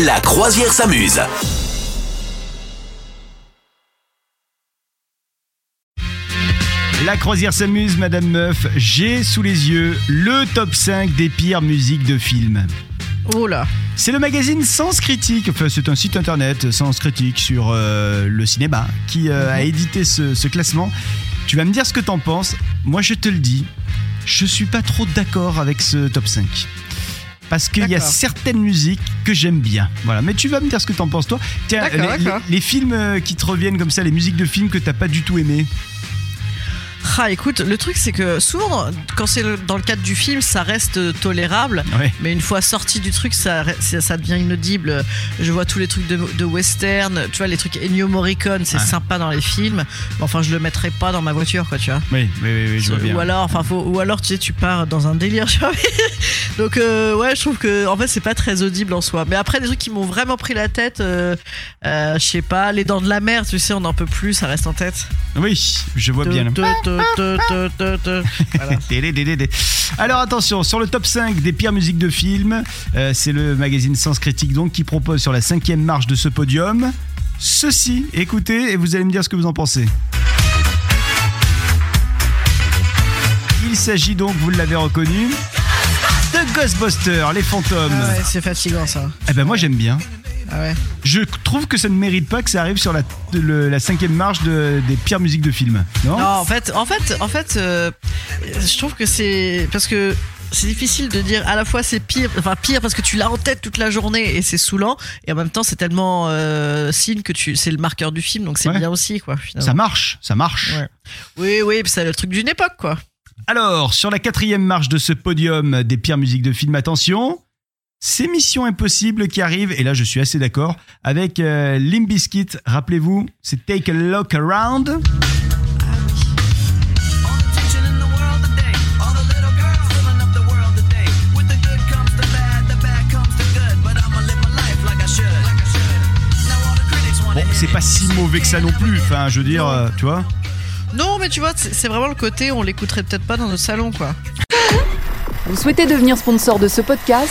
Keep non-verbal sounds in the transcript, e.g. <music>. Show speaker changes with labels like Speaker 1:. Speaker 1: La croisière s'amuse.
Speaker 2: La croisière s'amuse, Madame Meuf. J'ai sous les yeux le top 5 des pires musiques de films.
Speaker 3: Oh là.
Speaker 2: C'est le magazine Sens Critique, enfin c'est un site internet Sens Critique sur euh, le cinéma qui euh, a édité ce, ce classement. Tu vas me dire ce que t'en penses. Moi je te le dis, je suis pas trop d'accord avec ce top 5. Parce qu'il y a
Speaker 3: D'accord.
Speaker 2: certaines musiques que j'aime bien. Voilà, mais tu vas me dire ce que t'en penses toi. Tiens, les,
Speaker 3: D'accord,
Speaker 2: les-
Speaker 3: d'accord.
Speaker 2: les films euh, qui te reviennent comme ça, les musiques de films que t'as pas du tout aimé.
Speaker 3: Ah, écoute, le truc, c'est que souvent, quand c'est le- dans le cadre du film, ça reste euh, tolérable.
Speaker 2: Ouais.
Speaker 3: Mais une fois sorti du truc, ça, re- ça, ça devient inaudible. Je vois tous les trucs de, de western, tu vois, les trucs Ennio Morricone, c'est
Speaker 2: Ouais.
Speaker 3: sympa dans les films. Mais enfin, je le mettrais pas dans ma voiture, quoi, tu vois.
Speaker 2: Oui, oui, oui, oui, je vois bien.
Speaker 3: Ou alors, enfin, faut, ou alors tu sais, tu pars dans un délire. <laughs> tu vois. Donc, euh, ouais, je trouve que en fait, c'est pas très audible en soi. Mais après, des trucs qui m'ont vraiment pris la tête, euh, euh, je sais pas, les dents de la mer, tu sais, on n'en peut plus, ça reste en tête.
Speaker 2: Oui, je vois bien.
Speaker 3: Te, te, te, te, te, te. Voilà.
Speaker 2: Délé, délé, délé. Alors attention, sur le top 5 des pires musiques de films, euh, c'est le magazine Sens Critique donc qui propose sur la cinquième marche de ce podium ceci. Écoutez et vous allez me dire ce que vous en pensez. Il s'agit donc, vous l'avez reconnu, de Ghostbusters, les fantômes.
Speaker 3: Ah ouais, c'est fatigant ça.
Speaker 2: Eh ben moi j'aime bien.
Speaker 3: Ah ouais.
Speaker 2: Je trouve que ça ne mérite pas que ça arrive sur la, le- la cinquième marche de- des pires musiques de films. Non,
Speaker 3: Non, en fait, en fait, en fait, euh, je trouve que c'est parce que c'est difficile de dire à la fois c'est pire, enfin pire parce que tu l'as en tête toute la journée et c'est saoulant, et en même temps c'est tellement euh, signe que tu, c'est le marqueur du film, donc c'est
Speaker 2: Ouais.
Speaker 3: bien aussi quoi. Finalement.
Speaker 2: Ça marche, ça marche.
Speaker 3: Ouais. Oui, oui, puis c'est le truc d'une époque, quoi.
Speaker 2: Alors, sur la quatrième marche de ce podium des pires musiques de films, attention, c'est Mission Impossible qui arrive, et là je suis assez d'accord, avec euh, Limp Bizkit, rappelez-vous, c'est Take a Look Around.
Speaker 4: All the tension in the world today. All the little girls filling up the world today. With the good comes the bad, the bad comes the good. But I'ma live my life like I should. Like I should. Now all the critics want
Speaker 2: Bon, c'est pas si mauvais que ça non plus, enfin je veux dire, euh, tu vois.
Speaker 3: Non, mais tu vois, c'est c'est vraiment le côté, on l'écouterait peut-être pas dans notre salon, quoi.
Speaker 5: Vous souhaitez devenir sponsor de ce podcast